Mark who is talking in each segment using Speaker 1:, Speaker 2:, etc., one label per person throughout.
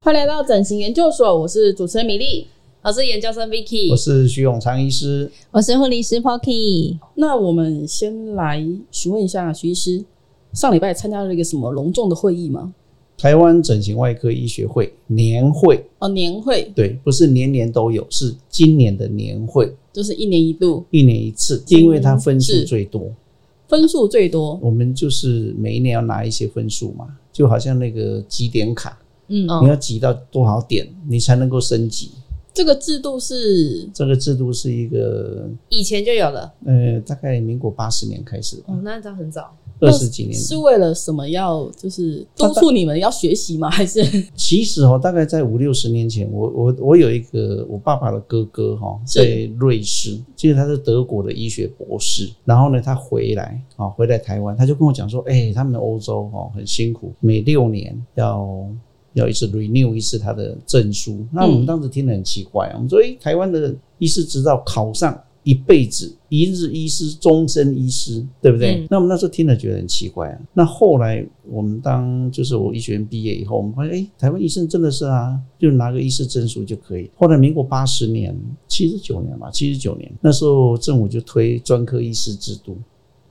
Speaker 1: 欢迎来到整形研究所，我是主持人米粒。
Speaker 2: 我是研究生 Vicky，
Speaker 3: 我是徐永昌医师。
Speaker 4: 我是护理师 Pocky，
Speaker 1: 那我们先来询问一下徐医师，上礼拜参加了一个什么隆重的会议吗？
Speaker 3: 台湾整形外科医学会年会，
Speaker 1: 哦，年会
Speaker 3: 对，不是年年都有，是今年的年会，
Speaker 1: 就是一年一度，
Speaker 3: 一年一次，因为它分
Speaker 1: 是
Speaker 3: 数最多，
Speaker 1: 分数最多。
Speaker 3: 我们就是每一年要拿一些分数嘛，就好像那个几点卡，
Speaker 1: 嗯，
Speaker 3: 你要集到多少点，你才能够升级。
Speaker 1: 这个制度是
Speaker 3: 这个制度是一个
Speaker 2: 以前就有了。
Speaker 3: 呃，大概民国八十年开始吧
Speaker 2: 哦，，那早很早。
Speaker 3: 二十几年
Speaker 1: 是为了什么要就是督促你们要学习吗？ 还是
Speaker 3: 其实哦，大概在五六十年前，我我我有一个我爸爸的哥哥哈、哦，
Speaker 1: 是
Speaker 3: 在瑞士，其实他是德国的医学博士。然后呢，他回来啊、哦回来台湾，他就跟我讲说，哎、他们欧洲哦很辛苦，每六年要要一次 renew 一次他的证书。那我们当时听得很奇怪，我们说，哎、台湾的医师执照考上。一辈子一日医师，终身医师，对不对？
Speaker 2: 嗯
Speaker 3: 那我们那时候听了觉得很奇怪啊。那后来我们当就是我医学院毕业以后，我们发现，哎，台湾医生真的是啊，就拿个医师证书就可以。后来民国八十年、七十九年吧，七十九年那时候政府就推专科医师制度，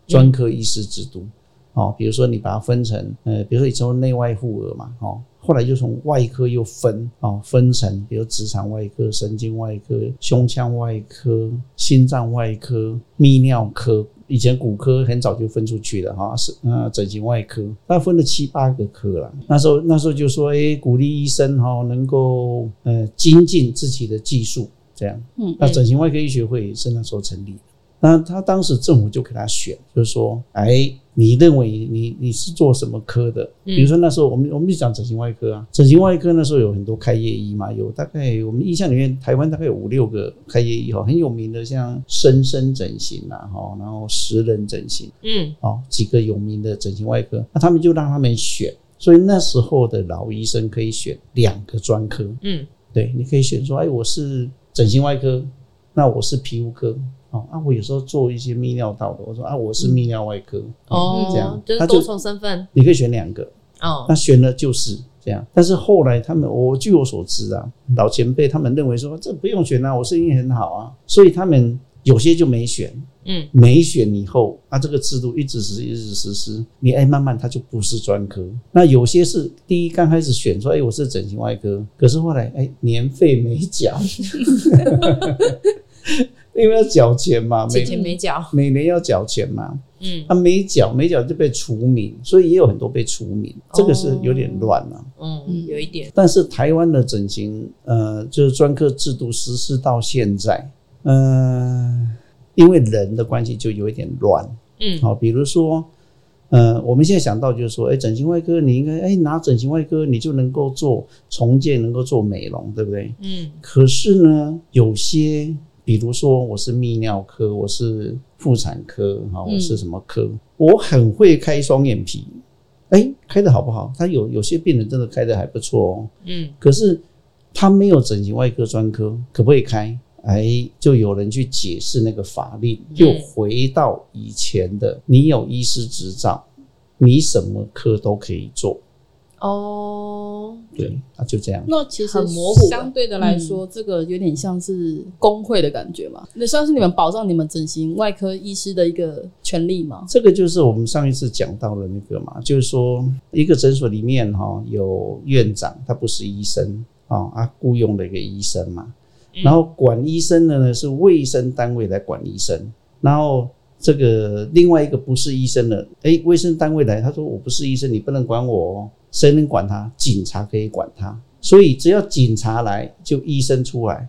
Speaker 3: 专科医师制度。哦，比如说你把它分成，呃，比如说以前有内外妇儿嘛，哦，后来就从外科又分，哦，分成，比如直肠外科、神经外科、胸腔外科、心脏外科、泌尿科。以前骨科很早就分出去了哈，是呃整形外科，那分了七八个科了。那时候那时候就说，哎、鼓励医生哈、能够呃精进自己的技术，这样。
Speaker 1: 嗯
Speaker 3: 那整形外科医学会是那时候成立的。那他当时政府就给他选，就是说，哎，你认为你你是做什么科的？
Speaker 2: 嗯
Speaker 3: 比如说那时候我们我们就讲整形外科啊，整形外科那时候有很多开业医嘛，有大概我们印象里面台湾大概有五六个开业医哈，很有名的像深深整形啦、哈，然后石人整形
Speaker 2: 嗯，
Speaker 3: 哦几个有名的整形外科，那他们就让他们选，所以那时候的老医生可以选两个专科，
Speaker 2: 嗯，
Speaker 3: 对，你可以选说，哎，我是整形外科，那我是皮肤科，哦，啊，我有时候做一些泌尿道的，我说啊，我是泌尿外科，
Speaker 1: 哦
Speaker 3: 这样，
Speaker 2: 嗯就是
Speaker 3: 他
Speaker 2: 多重身份。
Speaker 3: 你可以选两个，
Speaker 2: 哦
Speaker 3: 那，选了就是这样。但是后来他们，我据我所知啊，老前辈他们认为说这不用选啊，我生意很好啊，所以他们有些就没选，
Speaker 2: 嗯，
Speaker 3: 没选以后，啊，这个制度一直实一直实施，你哎，慢慢它就不是专科。那有些是第一刚开始选说，哎，我是整形外科，可是后来哎，年费没缴，因为要缴钱嘛，
Speaker 2: 钱
Speaker 3: 每
Speaker 2: 钱没缴。
Speaker 3: 每年要缴钱嘛，
Speaker 2: 嗯
Speaker 3: 他、没缴，没缴就被除名，所以也有很多被除名，
Speaker 2: 哦
Speaker 3: 这个是有点乱了、啊。
Speaker 2: 嗯，有一点。
Speaker 3: 但是台湾的整形，呃，就是专科制度实施到现在，呃，因为人的关系就有一点乱。
Speaker 2: 嗯
Speaker 3: 好、比如说，呃，我们现在想到就是说，哎、整形外科你应该，哎、拿整形外科你就能够做重建，能够做美容，对不对？
Speaker 2: 嗯
Speaker 3: 可是呢，有些，比如说我是泌尿科，我是妇产科，哈、我是什么科？我很会开双眼皮，哎、开的好不好？他有有些病人真的开的还不错哦，
Speaker 2: 嗯
Speaker 3: 可是他没有整形外科专科，可不可以开？哎，就有人去解释那个法令，又回到以前的，你有医师执照，你什么科都可以做，
Speaker 2: 哦，
Speaker 3: 对，啊，就这样。
Speaker 1: 那其实
Speaker 2: 很模糊嗯
Speaker 1: 相对的来说，这个有点像是工会的感觉嘛？那算是你们保障你们整形外科医师的一个权利吗？
Speaker 3: 这个就是我们上一次讲到的那个嘛，就是说一个诊所里面哈、有院长，他不是医生啊、啊雇佣了一个医生嘛，
Speaker 2: 嗯
Speaker 3: 然后管医生的呢是卫生单位来管医生，然后这个另外一个不是医生的，诶，卫生单位来，他说我不是医生，你不能管我哦，谁能管他？警察可以管他，所以只要警察来，就医生出来，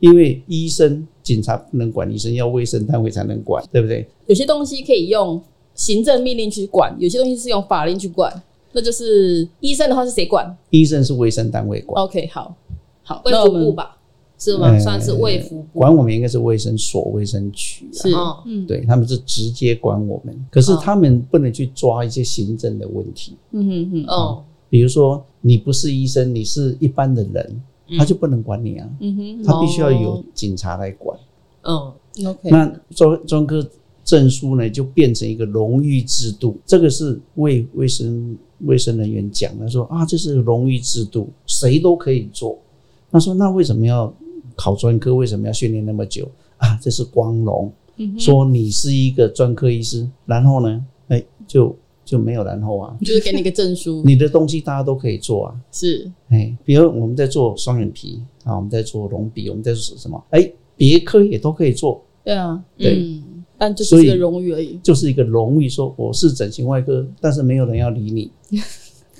Speaker 3: 因为医生警察不能管医生，要卫生单位才能管，对不对？
Speaker 1: 有些东西可以用行政命令去管，有些东西是用法令去管。那就是医生的话是谁管
Speaker 3: 医生是卫生单位管，
Speaker 1: ？OK，好，好，
Speaker 2: 卫
Speaker 1: 那
Speaker 2: 福
Speaker 1: 我们哎
Speaker 2: 部吧，是吗？
Speaker 3: 呃
Speaker 2: 算是卫福部。
Speaker 3: 管我们应该是卫生所、卫生局、啊，
Speaker 1: 是
Speaker 2: 哦，
Speaker 1: 嗯，，
Speaker 3: 对，他们是直接管我们，可是他们不能去抓一些行政的问题，
Speaker 1: 嗯哼哼，
Speaker 2: 哦，
Speaker 3: 比如说你不是医生，你是一般的人，
Speaker 2: 嗯
Speaker 3: 他就不能管你啊，
Speaker 1: 嗯
Speaker 3: 他必须要有警察来管。
Speaker 2: 嗯
Speaker 1: 哼，OK，
Speaker 3: 那专专科证书呢就变成一个荣誉制度，这个是为卫生卫生人员讲的，说啊这是荣誉制度，谁都可以做。他说那为什么要考专科？为什么要训练那么久啊？这是光荣，说你是一个专科医师，然后呢，哎就就没有然后啊，
Speaker 1: 就是给你个证书，
Speaker 3: 你的东西大家都可以做啊。
Speaker 1: 是
Speaker 3: 哎，比如我们在做双眼皮啊，我们在做隆鼻，我们在做什么？哎，别科也都可以做，
Speaker 1: 对啊，
Speaker 3: 对
Speaker 1: 嗯，但就
Speaker 3: 所
Speaker 1: 是
Speaker 3: 以
Speaker 1: 一个荣誉而已。
Speaker 3: 就是一个荣誉，说我是整形外科，但是没有人要理你。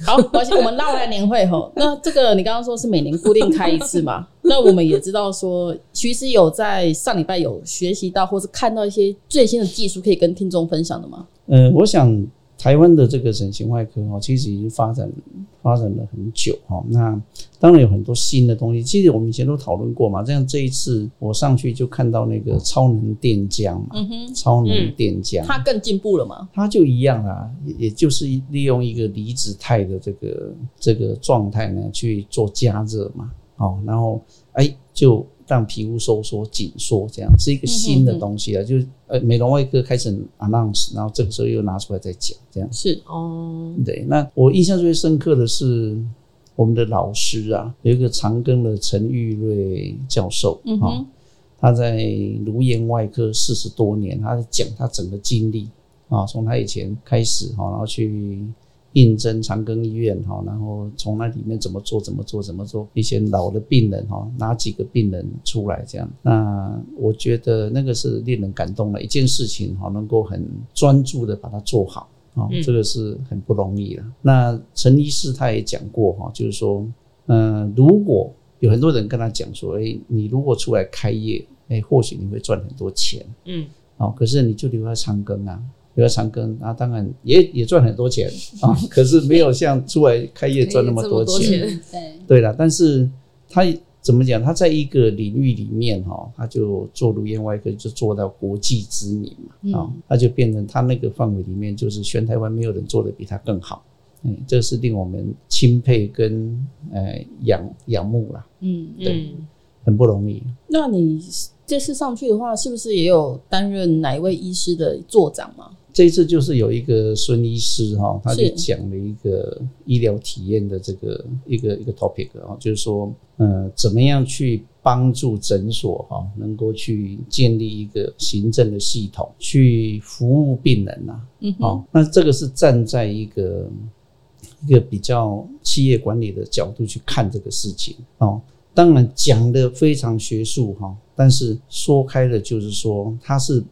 Speaker 1: 好，而且我们绕来年会吼，那这个你刚刚说是每年固定开一次 嘛？那我们也知道说，其实有在上礼拜有学习到或是看到一些最新的技术，可以跟听众分享的吗？
Speaker 3: 呃，我想台湾的这个整形外科哦，其实已经发展发展了很久哦。那当然有很多新的东西，其实我们以前都讨论过嘛。这样这一次我上去就看到那个超能电浆嘛，
Speaker 1: 嗯哼，
Speaker 3: 超能电浆，
Speaker 1: 它更进步了嘛？
Speaker 3: 它就一样啦，也也就是利用一个离子态的这个这个状态呢去做加热嘛，哦，然后哎就让皮肤收缩紧缩，这样是一个新的东西啊，就是呃美容外科开始 announce，然后这个时候又拿出来再讲，这样
Speaker 1: 是
Speaker 2: 哦，
Speaker 3: 对。那我印象最深刻的是我们的老师啊，有一个长庚的陈玉瑞教授啊、
Speaker 1: 嗯
Speaker 3: 哦
Speaker 1: 哼，
Speaker 3: 他在颅炎外科四十多年，他讲他整个经历啊，从他以前开始哈，然后去应征长庚医院哈，然后从那里面怎么做怎么做怎么做，一些老的病人哈，哪几个病人出来这样，那我觉得那个是令人感动的一件事情哈，能够很专注的把它做好。啊，
Speaker 2: 嗯
Speaker 3: 这个是很不容易了。那陈医师他也讲过哈，就是说，嗯、如果有很多人跟他讲说，哎、你如果出来开业，哎、或许你会赚很多钱
Speaker 2: 嗯，
Speaker 3: 哦，可是你就留在长庚啊，留在长庚啊，当然也也赚很多钱 啊、可是没有像出来开业赚那么多
Speaker 2: 可以这么
Speaker 3: 钱
Speaker 2: 多钱。
Speaker 1: 对，
Speaker 3: 对啦，但是他怎么讲？他在一个领域里面哈、他就做颅咽外科，就做到国际知名
Speaker 2: 嗯
Speaker 3: 嘛，
Speaker 1: 嗯
Speaker 3: 啊、他就变成他那个范围里面，就是全台湾没有人做的比他更好。嗯，这是令我们钦佩跟呃仰仰慕啦，
Speaker 1: 嗯。
Speaker 2: 嗯，
Speaker 3: 很不容易。
Speaker 1: 那你这次上去的话，是不是也有担任哪一位医师的座长嘛？
Speaker 3: 这一次就是有一个孙医师哈、他就是讲了一个医疗体验的这个一个一个 topic 啊、就是说，呃，怎么样去帮助诊所哈、能够去建立一个行政的系统，去服务病人呐、
Speaker 1: 嗯哼，
Speaker 3: 哦，那这个是站在一个一个比较企业管理的角度去看这个事情哦。当然讲的非常学术哈、但是说开了就是说，它是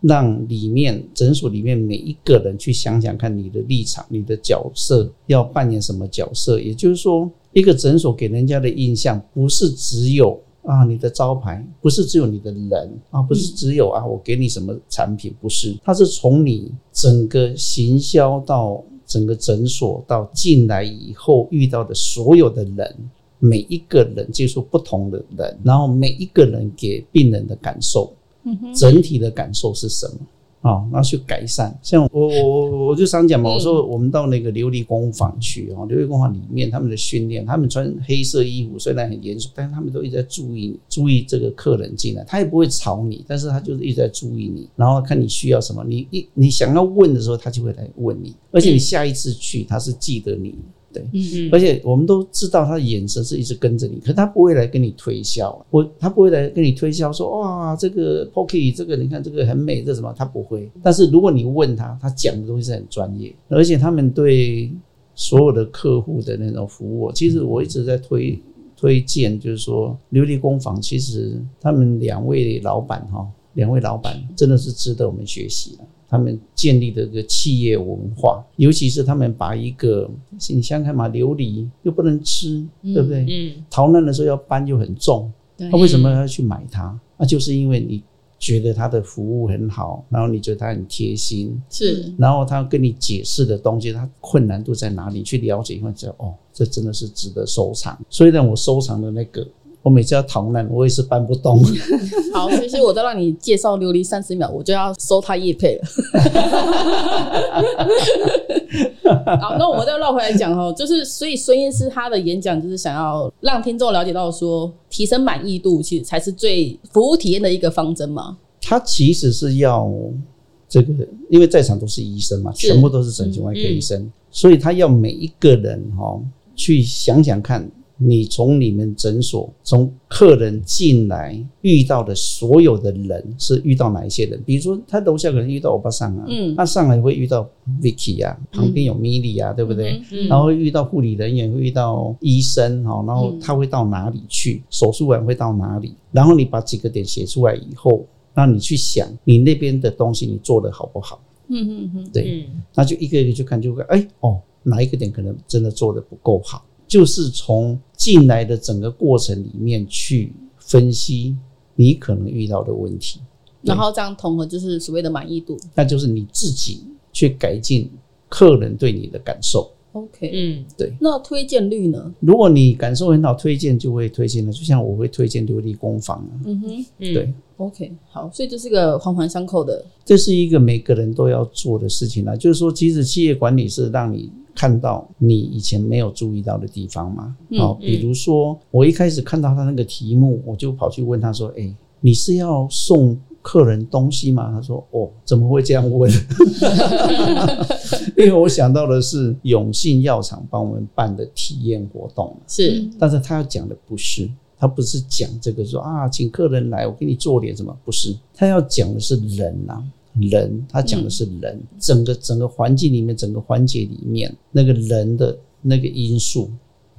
Speaker 3: 让里面诊所里面每一个人去想想看你的立场、你的角色要扮演什么角色。也就是说，一个诊所给人家的印象不是只有。啊，你的招牌不是只有你的人啊，不是只有啊，我给你什么产品，不是，它是从你整个行销到整个诊所到进来以后遇到的所有的人，每一个人接触不同的人，然后每一个人给病人的感受，
Speaker 1: 嗯
Speaker 3: 整体的感受是什么？哦，然后去改善。像我我我我就常讲嘛，我说我们到那个琉璃工坊去哦，琉璃工坊里面他们的训练，他们穿黑色衣服，虽然很严肃，但是他们都一直在注意你，注意这个客人进来，他也不会吵你，但是他就是一直在注意你，然后看你需要什么，你一你想要问的时候，他就会来问你，而且你下一次去，他是记得你。对，
Speaker 2: 嗯
Speaker 3: 而且我们都知道他的眼神是一直跟着你，可他不会来跟你推销，我他不会来跟你推销说哇这个 Pocky 这个你看这个很美，这什么他不会。但是如果你问他，他讲的东西是很专业，而且他们对所有的客户的那种服务，其实我一直在推推荐，就是说琉璃工坊，其实他们两位老板哈，两位老板真的是值得我们学习的。他们建立的这个企业文化，尤其是他们把一个你想想看嘛，琉璃又不能吃，对不对？
Speaker 2: 嗯，
Speaker 3: 逃难的时候要搬又很重，
Speaker 1: 对
Speaker 3: 那为什么要去买它？那就是因为你觉得它的服务很好，然后你觉得它很贴心，
Speaker 1: 是
Speaker 3: 然后他跟你解释的东西，它困难度在哪里？去了解以后，你知道哦，这真的是值得收藏。虽然我收藏的那个，我每次要逃难，我也是搬不动。
Speaker 1: 好，其实我都让你介绍琉璃三十秒，我就要收他叶 配了。好，那我们再绕回来讲哦，就是所以孙医师他的演讲就是想要让听众了解到说，提升满意度其实才是最服务体验的一个方针嘛。
Speaker 3: 它其实是要这个，因为在场都是医生嘛，
Speaker 1: 是嗯
Speaker 3: 全部都是整形外科医生，所以他要每一个人哈、哦、去想想看，你从你们诊所从客人进来遇到的所有的人是遇到哪一些人？比如说他楼下可能遇到欧巴桑啊，
Speaker 1: 嗯
Speaker 3: 那上来会遇到 Vicky 啊，旁边有 Milly 啊，对不对？
Speaker 2: 嗯
Speaker 3: 然后会遇到护理人员，会遇到医生哈，然后他会到哪里去，手术完会到哪里，然后你把几个点写出来以后，那你去想你那边的东西你做的好不好，
Speaker 1: 嗯嗯嗯，
Speaker 3: 对，
Speaker 2: 嗯
Speaker 3: 那就一个一个去看，就看哎哦哪一个点可能真的做的不够好，就是从进来的整个过程里面去分析你可能遇到的问题，
Speaker 1: 然后这样统合就是所谓的满意度。
Speaker 3: 那就是你自己去改进客人对你的感受。
Speaker 1: OK，
Speaker 2: 嗯
Speaker 1: 那推荐率呢？
Speaker 3: 如果你感受很好，推荐就会推荐的，就像我会推荐琉璃工坊啊，
Speaker 1: 嗯哼
Speaker 2: 嗯，
Speaker 3: 对，
Speaker 1: ，OK，好，所以就是个环环相扣的。
Speaker 3: 这是一个每个人都要做的事情啦、就是说，其实企业管理是让你看到你以前没有注意到的地方嘛。
Speaker 1: 嗯
Speaker 3: 哦，比如说我一开始看到他那个题目，我就跑去问他说：“哎、你是要送？”客人东西吗？他说：“哦，怎么会这样问？ 因为我想到的是永信药厂帮我们办的体验活动嘛
Speaker 1: 是，
Speaker 3: 但是他要讲的不是，他不是讲这个说啊，请客人来，我给你做脸什么，不是，他要讲的是人啊。人，他讲的是人，整个整个环境里面，整个环节里面，那个人的那个因素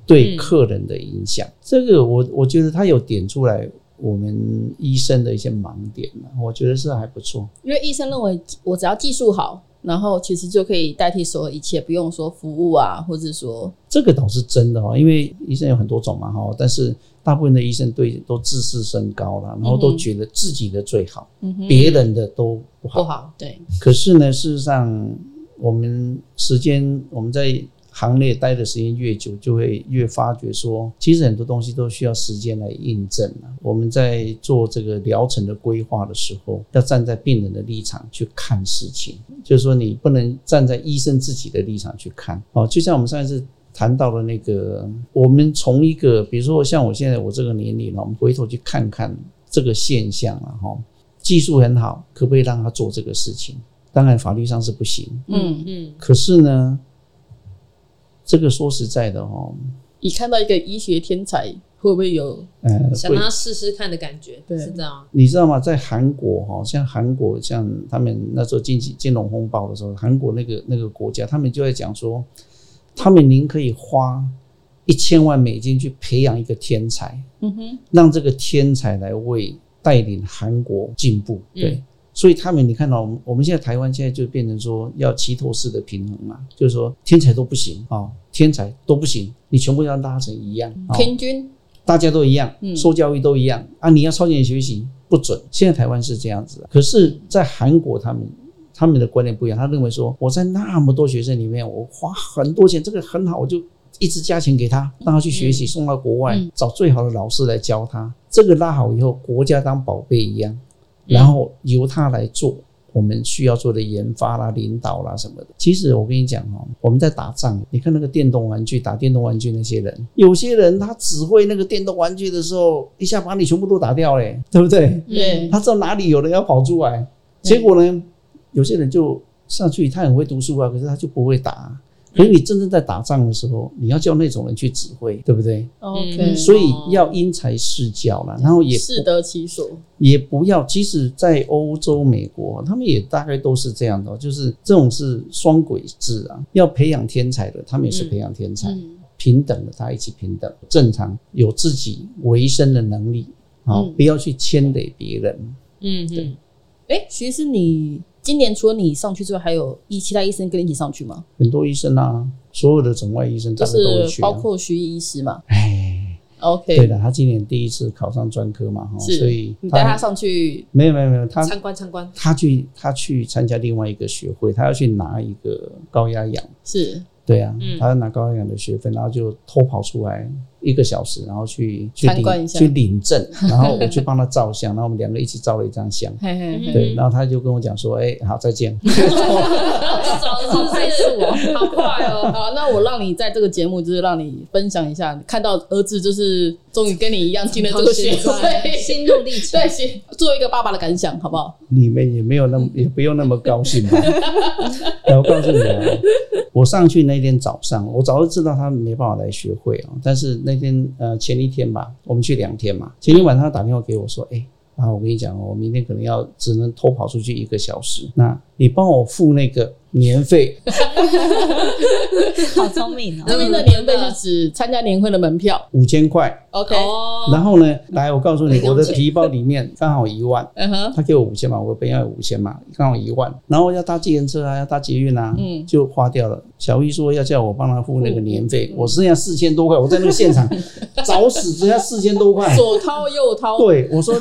Speaker 3: 对
Speaker 2: 嗯
Speaker 3: 客人的影响，这个我我觉得他有点出来我们医生的一些盲点啊我觉得是还不错。
Speaker 1: 因为医生认为我只要技术好，然后其实就可以代替所有一切，不用说服务啊，或者说
Speaker 3: 这个倒是真的哦，因为医生有很多种嘛哈，但是大部分的医生对都自视甚高了，然后
Speaker 1: 嗯
Speaker 3: 都
Speaker 1: 哼
Speaker 3: 觉得自己的最好，
Speaker 1: 嗯哼
Speaker 3: 别人的都不好。
Speaker 2: 不好，对，
Speaker 3: 可是呢，事实上，我们时间我们在行列待的时间越久，就会越发觉说，其实很多东西都需要时间来印证啊。我们在做这个疗程的规划的时候，要站在病人的立场去看事情，就是说你不能站在医生自己的立场去看哦。就像我们上一次。谈到了那个，我们从一个，比如说像我现在我这个年龄了，我们回头去看看这个现象啊，哈，技术很好，可不可以让他做这个事情？当然法律上是不行，
Speaker 1: 嗯，
Speaker 2: 嗯
Speaker 3: 可是呢，这个说实在的哦，
Speaker 1: 你看到一个医学天才，会不会有？
Speaker 3: 呃，
Speaker 2: 想
Speaker 3: 会
Speaker 2: 让他试试看的感觉，
Speaker 1: 对
Speaker 2: 是这样，
Speaker 3: 你知道吗？在韩国哈、哦，像韩国像他们那时候经济金融风暴的时候，韩国那个那个国家，他们就在讲说，他们宁可以花一千万美金去培养一个天才，
Speaker 1: 嗯哼，
Speaker 3: 让这个天才来为带领韩国进步。对，
Speaker 2: 嗯
Speaker 3: 所以他们你看到我们我们现在台湾现在就变成说要齐头式的平衡嘛，就是说天才都不行啊、哦天才都不行，你全部要拉成一样，哦
Speaker 1: 平均，
Speaker 3: 大家都一样
Speaker 1: 嗯，
Speaker 3: 受教育都一样、啊，你要超前学习不准。现在台湾是这样子，啊可是，在韩国他们。他们的观念不一样，他认为说我在那么多学生里面，我花很多钱，这个很好，我就一直加钱给他，让他去学习，送到国外、找最好的老师来教他。这个拉好以后，国家当宝贝一样，然后由他来做我们需要做的研发啦、领导啦什么的。其实我跟你讲哦，我们在打仗，你看那个电动玩具打电动玩具那些人，有些人他只会那个电动玩具的时候，一下把你全部都打掉嘞，对不对？
Speaker 1: 对，
Speaker 3: 他知道哪里有人要跑出来，结果呢，有些人就上去，他很会读书啊，可是他就不会打。可是你真正在打仗的时候，你要叫那种人去指挥，对不对？
Speaker 1: ，OK，
Speaker 3: 所以要因材施教啦，然后也
Speaker 1: 适得其所，
Speaker 3: 也不要，即使在欧洲、美国，他们也大概都是这样的哦，就是这种是双轨制啊，要培养天才的，他们也是培养天才，
Speaker 1: 嗯
Speaker 3: 平等的，大家一起平等，正常有自己维生的能力啊、
Speaker 1: 嗯
Speaker 3: 不要去牵累别人。
Speaker 2: 嗯嗯，
Speaker 1: 哎，其实你今年除了你上去之外，还有一其他医生跟你一起上去吗？
Speaker 3: 很多医生啊，所有的整外医生
Speaker 1: 就
Speaker 3: 大概都会
Speaker 1: 是
Speaker 3: 去、啊，
Speaker 1: 包括徐医师嘛
Speaker 3: 哎，对
Speaker 1: ，OK，
Speaker 3: 的，他今年第一次考上专科嘛，哈，
Speaker 1: 是
Speaker 3: 所以
Speaker 1: 你带他上去，
Speaker 3: 没有没有没有
Speaker 1: 啊
Speaker 3: 他。
Speaker 2: 参观参观，
Speaker 3: 他去，他去参加另外一个学会，他要去拿一个高压氧。
Speaker 1: 是
Speaker 3: 对啊，
Speaker 2: 嗯
Speaker 3: 他拿高二氧的学分，然后就偷跑出来一个小时，然后去去
Speaker 1: 参观一
Speaker 3: 领
Speaker 1: 下
Speaker 3: 去 领证，然后我去帮他照相，然后我们两个一起照了一张相。
Speaker 1: 嘿嘿嘿，
Speaker 3: 对，
Speaker 2: 嗯
Speaker 3: 然后他就跟我讲说：“哎、好，再见。
Speaker 2: 找是不
Speaker 1: 还是
Speaker 2: 是
Speaker 1: 我。
Speaker 2: 好快哦！
Speaker 1: 好，那我让你在这个节目，就是让你分享一下，看到儿子就是终于跟你一样进了这个学
Speaker 2: 从现
Speaker 1: 会，
Speaker 4: 心路历程。
Speaker 1: 对，行，做一个爸爸的感想，好不好？”
Speaker 3: 你们也没有那么，也不用那么高兴 吧。哎我告诉你啊，我上去那天早上，我早就知道他没办法来学会啊、但是那天呃前一天吧，我们去两天嘛，前天晚上他打电话给我说：“哎、啊，我跟你讲哦，我明天可能要只能偷跑出去一个小时，那你帮我付那个年费。”
Speaker 4: 好聪明
Speaker 1: 这
Speaker 4: 哦！
Speaker 1: 边的年费是指参加年会的门票
Speaker 3: 五千块，
Speaker 1: ，OK，
Speaker 2: 哦，
Speaker 3: 然后呢，来，我告诉你，
Speaker 2: 零用
Speaker 3: 我的
Speaker 2: 钱
Speaker 3: 皮包里面刚好一万，
Speaker 1: 嗯哼，
Speaker 3: 他给我五千嘛，我本要有五千嘛，刚好一万，然后要搭计程车啊，要搭捷运啊，
Speaker 1: 嗯
Speaker 3: 就花掉了。小玉说要叫我帮他付那个年费，
Speaker 1: 嗯
Speaker 3: 我剩下四千多块，我在那个现 场找死，只剩下四千多块。
Speaker 1: 左掏右掏，
Speaker 3: 对，我说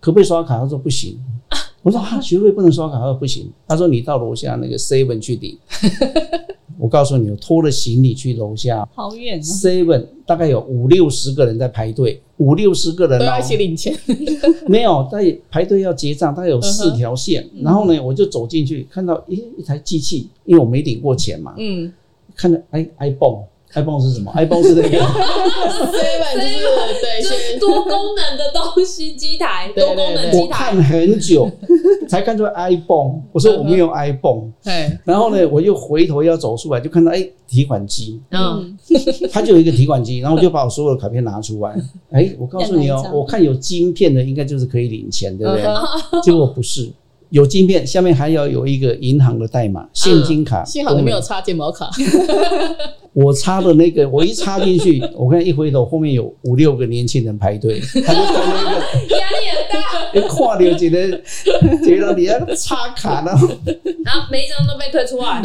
Speaker 3: 可不可以刷卡？他说不行。我说啊，学费不能刷卡，他说不行。他说你到楼下那个 seven 去 领。我告诉你，我拖着行李去楼下
Speaker 4: 好
Speaker 1: 啊
Speaker 4: 远哦，
Speaker 3: seven，大概有五六十个人在排队，五六十个人
Speaker 1: 都
Speaker 3: 哦
Speaker 1: 要一起领钱，
Speaker 3: 没有，在排队要结账，大概有
Speaker 1: 嗯
Speaker 3: 四条线。然后呢，我就走进去，看到一一台机器，因为我没领过钱嘛，
Speaker 1: 嗯
Speaker 3: 看到 i iPhone，iPhone 是 什么？iPhone 是那个
Speaker 1: ，seven 就是对，
Speaker 2: 就是
Speaker 1: 先
Speaker 2: 多功能的东西，机台
Speaker 1: 对
Speaker 2: 多功能
Speaker 1: 对
Speaker 3: 我
Speaker 2: 机
Speaker 3: 看
Speaker 2: 台，
Speaker 3: 很久 才看出 iPhone，我说我没
Speaker 1: 嗯
Speaker 3: 有 iPhone。
Speaker 1: 哎，
Speaker 3: 然后呢，我就回头要走出来，就看到哎、提款 机，
Speaker 2: 嗯，
Speaker 3: 它就有一个提款机，然后我就把我所有的卡片拿出 来。哎、我告诉你
Speaker 4: 要
Speaker 3: 哦
Speaker 4: 哪一，张
Speaker 3: 我看有晶片的应该就是可以领钱，对不对？
Speaker 1: 嗯
Speaker 3: 结果不是，有晶片，下面还要有一个银行的代码，现金卡。
Speaker 1: 嗯幸好你没有插睫毛卡，
Speaker 3: 我插的那个，我一插进 去，我看一回头，后面有五六个年轻人排队，他就看那哎个，
Speaker 1: 嗯
Speaker 2: 压力很大，
Speaker 3: 一看到一个，觉得你要插卡呢。
Speaker 2: 然后每一张都被推出 来，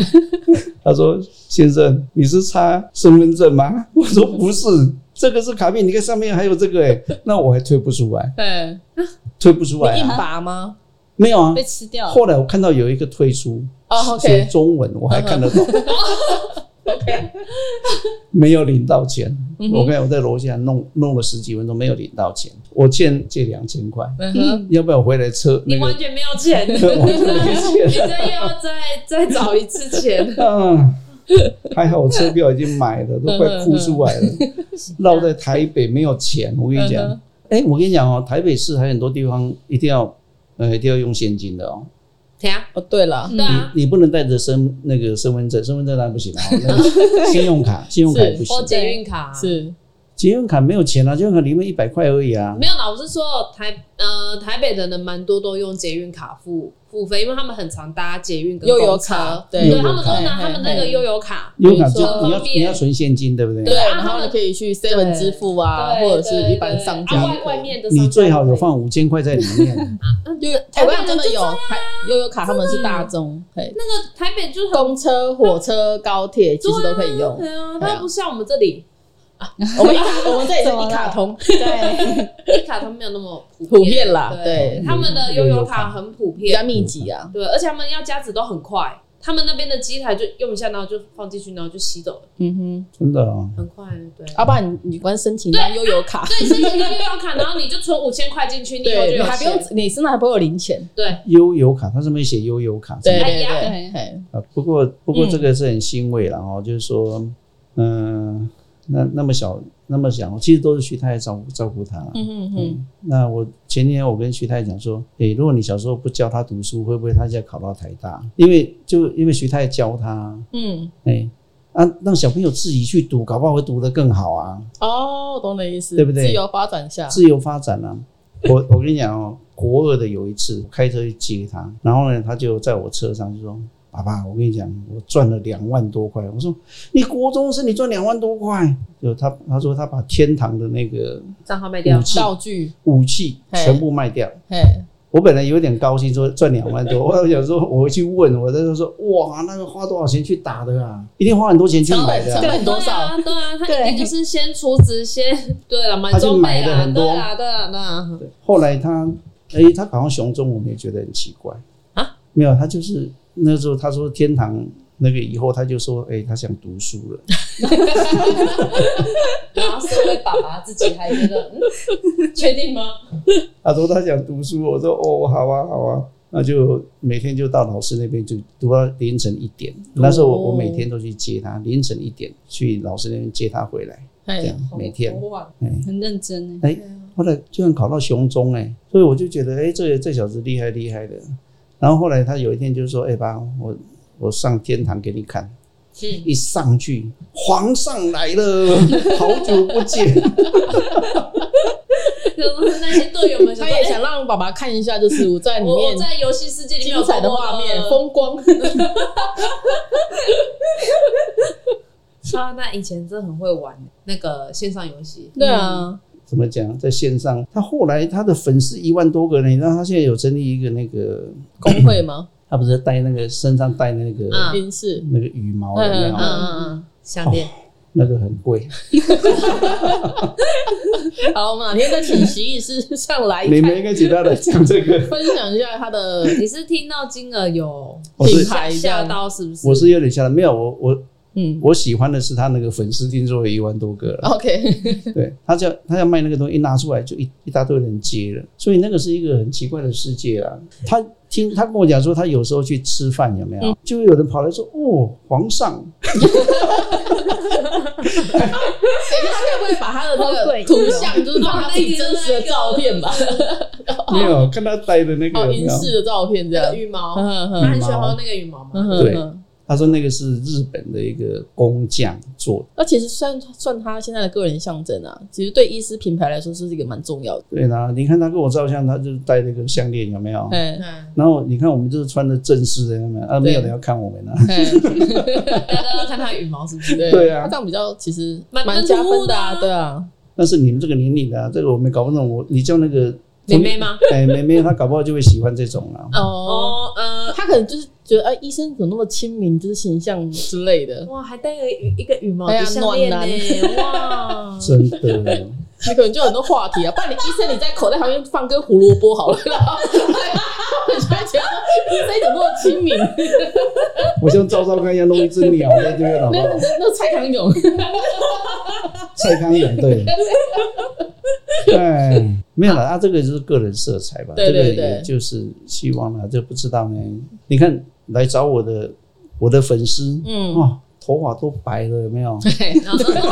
Speaker 3: 他说：“先生，你是插身份证吗？”我说：“不是，这个是卡片，你看上面还有这个、欸，那我还推不出来，
Speaker 1: 哎，
Speaker 3: 推不出来、
Speaker 1: 你硬
Speaker 3: 啊，
Speaker 1: 拔吗？
Speaker 3: 没有啊
Speaker 4: 被。”吃掉了。
Speaker 3: 后来我看到有一个退出，
Speaker 1: 哦，OK，
Speaker 3: 写
Speaker 1: 哦
Speaker 3: 中文，我还看得懂。没有领到钱，
Speaker 1: 嗯哼
Speaker 3: 我刚才我在楼下弄弄了十几分钟，没有领到钱，我欠借两千块，
Speaker 1: 嗯哼，
Speaker 3: 要不要我回来车那
Speaker 2: 你
Speaker 3: 个？
Speaker 2: 完全没有钱，你
Speaker 3: 我就没钱
Speaker 2: 这要再再找一次 钱，
Speaker 3: 了。啊还好我车票已经买了，都快哭出来了。绕在台北没有钱，我跟你
Speaker 1: 嗯
Speaker 3: 讲，哎、我跟你讲哦，台北市还有很多地方一定要，呃，一定要用现金的哦。
Speaker 2: 对啊，
Speaker 1: 哦，对了，
Speaker 2: 对啊，
Speaker 3: 你不能带着身那个身份证，身份证当然不行 了、哦，那个信用卡，信用卡也不行
Speaker 2: 或。捷运卡
Speaker 1: 是
Speaker 3: 信用卡没有钱啊，信用卡里面一百块而已啊。
Speaker 2: 没有啦，我是说台呃台北的人蛮多都用捷运卡付付费，因为他们很常搭捷运跟
Speaker 1: 又有
Speaker 2: 公车
Speaker 1: 卡，
Speaker 2: 对
Speaker 1: 对
Speaker 3: 悠游
Speaker 2: 他们都
Speaker 3: 卡
Speaker 2: 拿他们那个悠游卡，
Speaker 3: 优卡就
Speaker 1: 没错
Speaker 3: 你要
Speaker 2: 方便
Speaker 3: 你要存现金，对不对？
Speaker 1: 对，
Speaker 2: 啊
Speaker 1: 然
Speaker 2: 他
Speaker 1: 后
Speaker 2: 们
Speaker 1: 你可以去 seven 支付啊，
Speaker 2: 对
Speaker 1: 或者是一般
Speaker 2: 对
Speaker 1: 商
Speaker 2: 对
Speaker 1: 家
Speaker 2: 啊，外外面的商家
Speaker 3: 你最好有放五千块在里面。
Speaker 1: 因为台湾真的有
Speaker 2: 台湾人就这样啊
Speaker 1: 台悠悠卡，他们是大众，对，
Speaker 2: 那个台北就很
Speaker 1: 公车、火车、高铁其实都可以用。
Speaker 2: 对啊，
Speaker 1: 对啊
Speaker 2: 它不像我们这里
Speaker 1: 我们一我们这里是一卡通，
Speaker 4: 对，
Speaker 2: 一卡通没有那么普
Speaker 1: 普遍啦对
Speaker 3: 哦
Speaker 2: 对，他们的悠游卡很普
Speaker 1: 比较
Speaker 2: 遍，
Speaker 1: 密集 啊。
Speaker 2: 对，而且他们要加值都很快，他们那边的机台就用一下，然后就放进去，然后就吸走了，
Speaker 1: 嗯哼，
Speaker 3: 真的哦，
Speaker 2: 很快，对。
Speaker 1: 阿爸，啊你你光申请一张悠游卡，
Speaker 2: 对，申请一个悠游卡，然后你就存五千块进去，你以后就
Speaker 1: 对，你
Speaker 2: 有
Speaker 1: 还不用
Speaker 2: 钱。，
Speaker 1: 你身上还不会有零钱。
Speaker 2: 对，
Speaker 3: 悠游卡，它上面写悠游卡。
Speaker 1: 对
Speaker 2: 哎
Speaker 1: 对
Speaker 2: 呀
Speaker 1: 对，嘿
Speaker 3: 啊，不过不过
Speaker 1: 嗯
Speaker 3: 这个是很欣慰了哦，就是说，嗯，那那么小那么小，其实都是徐太太照顾照顾他啦。
Speaker 1: 嗯哼哼，
Speaker 3: 那我前天我跟徐太太讲说，诶、如果你小时候不教他读书，会不会他现在考到台大？因为就因为徐太太教他，
Speaker 1: 嗯，
Speaker 3: 哎、啊，让小朋友自己去读，搞不好会读得更好啊。
Speaker 1: 哦，懂你的意思，
Speaker 3: 对不对
Speaker 1: 自由发展下，
Speaker 3: 自由发展啊。我我跟你讲哦，国二的有一次我开车去接他，然后呢，他就在我车上就说：“爸爸，我跟你讲，我赚了两万多块。”我说：“你国中生你赚两万多块？”就他他说他把天堂的那个
Speaker 2: 账号卖掉
Speaker 3: 武，器
Speaker 1: 道具，
Speaker 3: 武器
Speaker 1: 嘿
Speaker 3: 全部卖掉。
Speaker 1: 嘿，
Speaker 3: 我本来有点高兴，说赚两万多，我想说我回去问，我在那说哇，那个花多少钱去打的啊？一定花很多钱去买的、
Speaker 1: 成本成
Speaker 3: 啊。
Speaker 1: 本多少
Speaker 2: 对啊，对啊，他
Speaker 4: 对
Speaker 2: 一定就是先出资，先对了，买
Speaker 3: 他就
Speaker 2: 装备
Speaker 3: 买了
Speaker 2: 啊，
Speaker 3: 很
Speaker 2: 对
Speaker 3: 多
Speaker 2: 啊，对啊，对啊，
Speaker 3: 对后来他，哎、他考上雄中，我们也觉得很奇怪
Speaker 2: 啊，
Speaker 3: 没有，他就是那时候他说天堂那个以后，他就说，哎、他想读书了，
Speaker 2: 然后身为爸爸自己还觉得，嗯，确定吗？
Speaker 3: 他说他想读书，我说哦，好啊，好啊，那就每天就到老师那边就读到凌晨一点。那时候我我每天都去接他，凌晨一点去老师那边接他回来，这
Speaker 1: 哎
Speaker 2: 啊
Speaker 3: 样，每天。
Speaker 2: 哇，
Speaker 3: 哎，
Speaker 4: 很认真哎。
Speaker 3: 哎，后来居然考到雄中哎、所以我就觉得哎、这这小子厉害厉害的。然后后来他有一天就说：“哎、爸，我我上天堂给你看。”
Speaker 2: 嗯，
Speaker 3: 一上去，皇上来了， 好久不见。
Speaker 2: 就是那些队友们想
Speaker 1: 他
Speaker 2: 说，
Speaker 1: 也
Speaker 2: 哎
Speaker 1: 想让爸爸看一下，就是我在里
Speaker 2: 我我
Speaker 1: 面
Speaker 2: 在游戏世界里面
Speaker 1: 精
Speaker 2: 有
Speaker 1: 彩的画面、风 光。
Speaker 2: 啊，那以前真的很会玩那个线上游戏，
Speaker 1: 对啊，
Speaker 3: 怎么讲？在线上，他后来他的粉丝一万多个呢，你知道他现在有成立一个那个，
Speaker 1: 工会吗？ 啊
Speaker 3: 他不是戴那个身上戴那个、
Speaker 2: 嗯
Speaker 1: 云是
Speaker 3: 那个羽毛有没有？
Speaker 1: 嗯
Speaker 2: 嗯嗯嗯，项链，
Speaker 3: 那个很贵，
Speaker 1: 好，我们哪天再请徐医师上来
Speaker 3: 你
Speaker 1: 看
Speaker 3: 们应该请他来讲这个。
Speaker 1: 分享一下他的
Speaker 2: 你是听到金额有
Speaker 3: 我是
Speaker 2: 吓吓到是不是？
Speaker 3: 我是有点吓到，没有我我
Speaker 1: 嗯
Speaker 3: 我喜欢的是他那个粉丝听说有一万多个了，
Speaker 1: ，OK，
Speaker 3: 对他要他要卖那个东西，一拿出来就一一大堆人接了，所以那个是一个很奇怪的世界啊。他听他跟我讲说，他有时候去吃饭有没
Speaker 2: 嗯
Speaker 3: 有，就有人跑来说哦，皇上，
Speaker 1: 他该不会把他的那
Speaker 4: 好
Speaker 1: 个
Speaker 4: 鬼
Speaker 1: 图像，就是放他自己真实的照片吧？
Speaker 3: 没有看他戴的那个
Speaker 1: 哦，
Speaker 3: 有没
Speaker 1: 银
Speaker 3: 有
Speaker 1: 饰的照片这
Speaker 2: 那
Speaker 1: 样
Speaker 2: 个。羽
Speaker 1: 嗯
Speaker 2: 毛，哦他
Speaker 1: 哼哼
Speaker 2: 很喜欢那个羽毛嘛，
Speaker 1: 嗯哼
Speaker 3: 对
Speaker 1: 哼
Speaker 3: 他说那个是日本的一个工匠做
Speaker 1: 那其实算算他现在的个人象征啊，其实对医师品牌来说是一个蛮重要的。
Speaker 3: 的。对啦，你看他跟我照相，他就戴那个项链，有没有？
Speaker 1: 哎
Speaker 2: 嗯，
Speaker 3: 然后你看我们就是穿的正式的，有没有？啊，没有人要看我们啊。
Speaker 1: 哎，
Speaker 2: 大家都要看他羽毛是不是？
Speaker 1: 对
Speaker 3: 对啊
Speaker 1: 他这样比较其实
Speaker 2: 蛮
Speaker 1: 蛮加分的
Speaker 2: 蛮突兀的啊
Speaker 1: 啊，对啊，
Speaker 3: 但是你们这个年龄的、啊，这个我们搞不懂。我你叫那个
Speaker 2: 妹妹吗？
Speaker 3: 哎妹妹，她搞不好就会喜欢这种啊啦。
Speaker 1: 哦。
Speaker 2: 哦，呃，
Speaker 1: 他可能就是觉得，哎，医生怎么那么亲民，就是形象之类的。
Speaker 2: 哇，还带了一一个羽毛
Speaker 1: 哎呀
Speaker 2: 的项链
Speaker 1: 暖
Speaker 2: 呢，哇！
Speaker 3: 真的，
Speaker 1: 你可能就有很多话题啊，不然你医生你在口袋旁边放根胡萝卜好了，然后我就会觉得医生怎么那么亲民？
Speaker 3: 我像赵少康一样弄一只鸟在这边，好不
Speaker 1: 那
Speaker 3: 好？
Speaker 1: 那那蔡康永，
Speaker 3: 蔡康永对。哎，没有了，啊，这个就是个人色彩吧，
Speaker 1: 对对
Speaker 3: 这个也
Speaker 1: 对
Speaker 3: 就是希望了，这不知道呢。你看来找我的我的粉丝，
Speaker 1: 嗯
Speaker 3: 哦，头发都白了，有没有？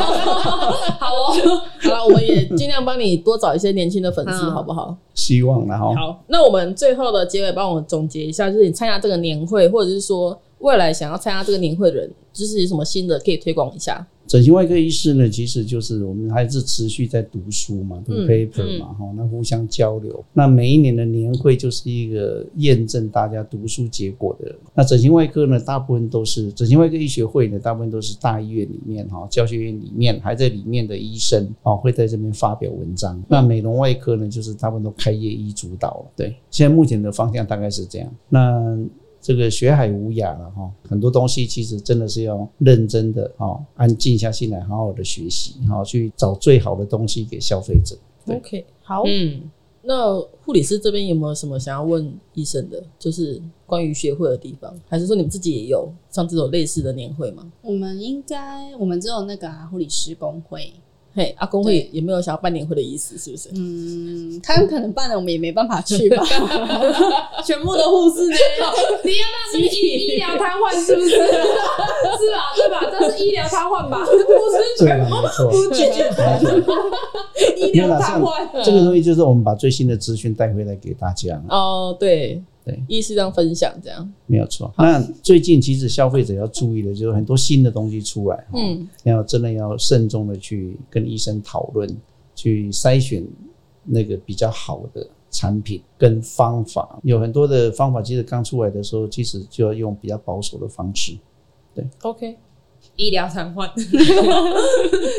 Speaker 2: 好哦，
Speaker 1: 好了，我们也尽量帮你多找一些年轻的粉丝，
Speaker 2: 嗯
Speaker 1: 好不好？
Speaker 3: 希望哦 了哈。
Speaker 1: 好，那我们最后的结尾帮我总结一下，就是你参加这个年会，或者是说未来想要参加这个年会的人，就是有什么新的可以推广一下？
Speaker 3: 整形外科医师呢，其实就是我们还是持续在读书嘛，读
Speaker 1: 嗯
Speaker 3: paper 嘛，哈、那互相交流。那每一年的年会就是一个验证大家读书结果的。那整形外科呢，大部分都是整形外科医学会呢，大部分都是大医院里面哈、教学院里面还在里面的医生啊、哦会在这边发表文章。那美容外科呢，就是大部分都开业医主导了。对，现在目前的方向大概是这样。那这个学海无涯了哈，很多东西其实真的是要认真的哈，安静下心来，好好的学习，哈，去找最好的东西给消费者。对
Speaker 1: OK，好
Speaker 2: 嗯，
Speaker 1: 那护理师这边有没有什么想要问医生的？就是关于学会的地方，还是说你们自己也有像这种类似的年会吗？
Speaker 4: 我们应该，我们只有那个啊，护理师工会，
Speaker 1: 嘿，阿公会
Speaker 4: 对
Speaker 1: 也没有想要办年会的意思，是不是？
Speaker 4: 嗯，他们可能办了，我们也没办法去 吧。
Speaker 2: 全部的护士呢？你要 那是医医疗瘫痪是不是？ 是吧？对吧？这是医疗瘫痪吧？护士
Speaker 3: 对
Speaker 2: 全
Speaker 3: 啊，
Speaker 2: 部
Speaker 3: 没错，没错
Speaker 2: 医疗瘫痪，
Speaker 3: 这个东西就是我们把最新的资讯带回来给大家，
Speaker 1: 哦，对
Speaker 3: 对，
Speaker 1: 医师这样分享这样，
Speaker 3: 没有错。那最近其实消费者要注意的就是很多新的东西出来，哈，
Speaker 1: 嗯，
Speaker 3: 要真的要慎重的去跟医生讨论，去筛选那个比较好的产品跟方法。有很多的方法，其实刚出来的时候，其实就要用比较保守的方式。
Speaker 1: OK，
Speaker 2: 医疗瘫 痪，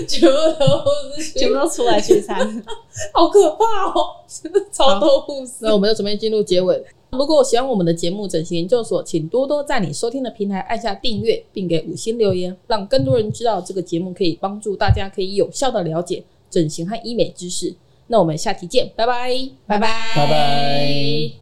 Speaker 2: 全部的护士
Speaker 4: 全部都出来聚餐，
Speaker 2: 好可怕哦，超多护士
Speaker 1: 那我们就准备进入结尾。如果喜欢我们的节目《整形研究所》，请多多在你收听的平台按下订阅，并给五星留言，让更多人知道这个节目可以帮助大家可以有效的了解整形和医美知识。那我们下期见，拜拜，
Speaker 2: 拜拜，
Speaker 3: 拜拜。